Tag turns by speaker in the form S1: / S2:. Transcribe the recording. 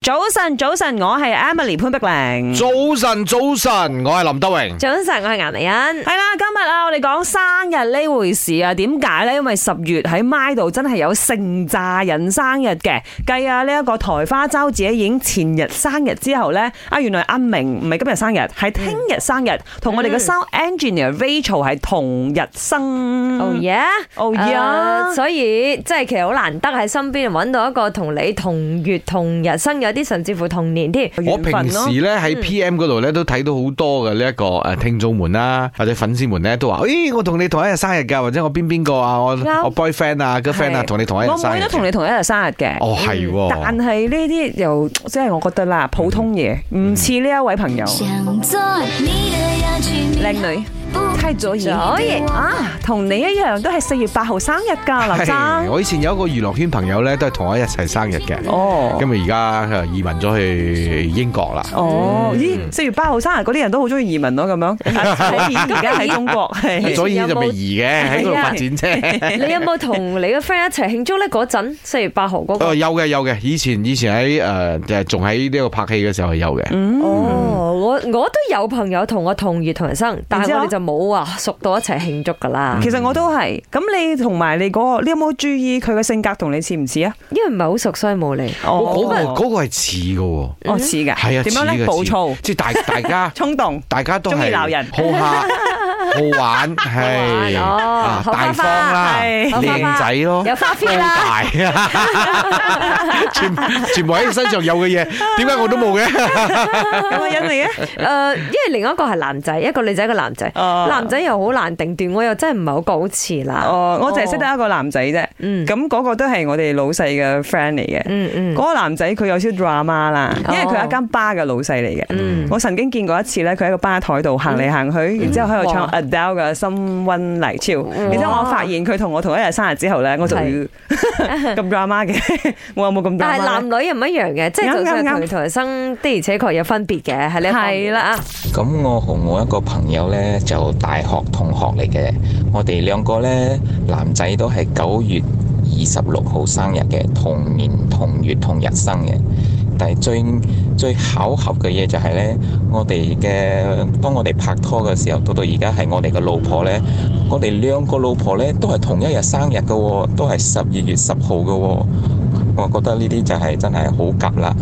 S1: 早晨，早晨，我係 Emily 潘碧玲。
S2: 早晨，早晨，我係林德榮。
S3: 早晨，我係顏美欣。
S1: 係啦，今日啊，我哋講生日呢回事啊，點解呢？因為十月喺 My 度真係有盛炸人生日嘅。計啊，呢一個台花周自己已經前日生日之後呢，啊原來阿明唔係今日生日，
S2: 嗯
S1: 係聽日生日，同我哋嘅 sound engineer Rachel 係同日生。
S3: 哦耶！
S1: Oh
S3: 呃
S1: yeah！
S3: 所以即係其實好難得喺身邊揾到一個同你同月同日生，有啲甚至乎同 年添。
S1: 有
S2: 我
S1: 緣分
S2: 平
S1: 咯嗯
S2: 時咧喺 P.M. 嗰度咧都睇到好多嘅呢一個誒聽眾們啦，或者粉絲們咧都話：，咦，我同你同一日生日㗎，或者我邊邊個啊，我
S3: 啱
S2: 我 boyfriend 啊，girlfriend 啊，
S3: 係
S2: 同你同一日
S1: 我
S2: 生
S1: 妹
S2: 日
S1: 都。同你同一日生日嘅。
S2: 哦，係
S1: 但
S2: 喎。
S1: 係呢啲又即係我覺得啦，普通嘢，唔似呢一位朋友，
S4: 想做你的羊
S2: 嗯
S4: 群，
S1: 靚女，太左
S3: 所以
S1: 啊，同你一樣都係四月八號生日 㗎，啊林
S2: 係
S1: 生。
S2: 我以前有一個娛樂圈朋友咧，都係同我一齊生日嘅。
S1: 哦，
S2: 咁而家佢移民咗去英國啦。
S1: 哦，
S2: 嗯
S1: 咦，四月八號生日嗰啲人都好中意移民咯，咁 樣。所以而家喺中國係
S3: 以前
S2: 所以
S3: 有
S2: 就
S3: 冇
S2: 未 移嘅，喺嗰度
S3: 係啊
S2: 發展啫。
S3: 你有冇同你嘅 friend 一齊慶祝呢？嗰陣四月八號嗰
S2: 哦，
S3: 個。
S2: 有嘅有嘅，以前以前喺誒誒仲喺呢個拍戲嘅時候係有嘅。
S3: 哦，我我都有朋友同我同月同日生，但係我哋就冇話熟到一齊慶祝噶啦，
S1: 其實我都係。咁你同埋你嗰個，你有冇注意佢嘅性格同你似唔似啊？
S3: 因為唔係好熟，所以冇嚟。
S2: 我哦嗰個嗰個係似嘅喎。
S1: 哦似哦嘅，
S2: 係啊，
S1: 點樣
S2: 似
S1: 咧？
S2: 嘅
S1: 暴躁
S2: 似、即係大大 家
S1: 衝 動。
S2: 大家都係
S1: 鍾意鬧人
S2: 好客、 好玩，係
S3: 哦
S2: 啊
S3: 口花花
S2: 大方啦，
S1: 係
S3: 口花花
S2: 靚仔咯，
S3: 有花 feel 啦
S2: 高大全全部喺身上有嘅嘢，點解我都冇嘅？
S1: 咁嘅人嚟嘅。
S3: 誒、呃因為另一個係男仔，一個女仔，一個男仔。
S1: 哦
S3: 男仔又好難定段，我又真係唔係好覺好似啦。
S1: 哦，我淨係識得一個男仔啫。
S3: 嗯
S1: 咁嗰個都係我哋老細嘅 friend 嚟嘅。
S3: 嗯嗯哦
S1: 嗰個男仔佢有少 drama 啦，因為佢係一間巴嘅老細嚟嘅。
S3: 嗯
S1: 我曾經見過一次咧，佢喺個吧台度行嚟行去，然之後喺度唱
S3: 哇
S1: Adele 嘅《Someone Like You》。然之後我發現佢同我同一日生日之後咧，我就要
S3: 係
S1: 咁 drama 嘅，我有冇咁
S3: 但係
S1: drama
S3: 男
S1: 呢？
S3: 女又唔一樣嘅，即係
S1: 啱
S3: 就算
S1: 啱
S3: 係
S1: 啱
S3: 同同日生的而且確有分別嘅，係呢一方面
S1: 係啦啊，
S5: 咁我同我一個朋友呢，就大學同學嚟嘅，我哋兩個呢，男仔都係九月二十六號生日嘅，同年同月同日生嘅。但係最最巧合嘅嘢就係呢，我哋嘅當我哋拍拖嘅時候，到到而家係我哋嘅老婆呢，我哋兩個老婆呢，都係同一日生日嘅喎、都係十二月十號嘅喎。我覺得呢啲就係真係好夾啦。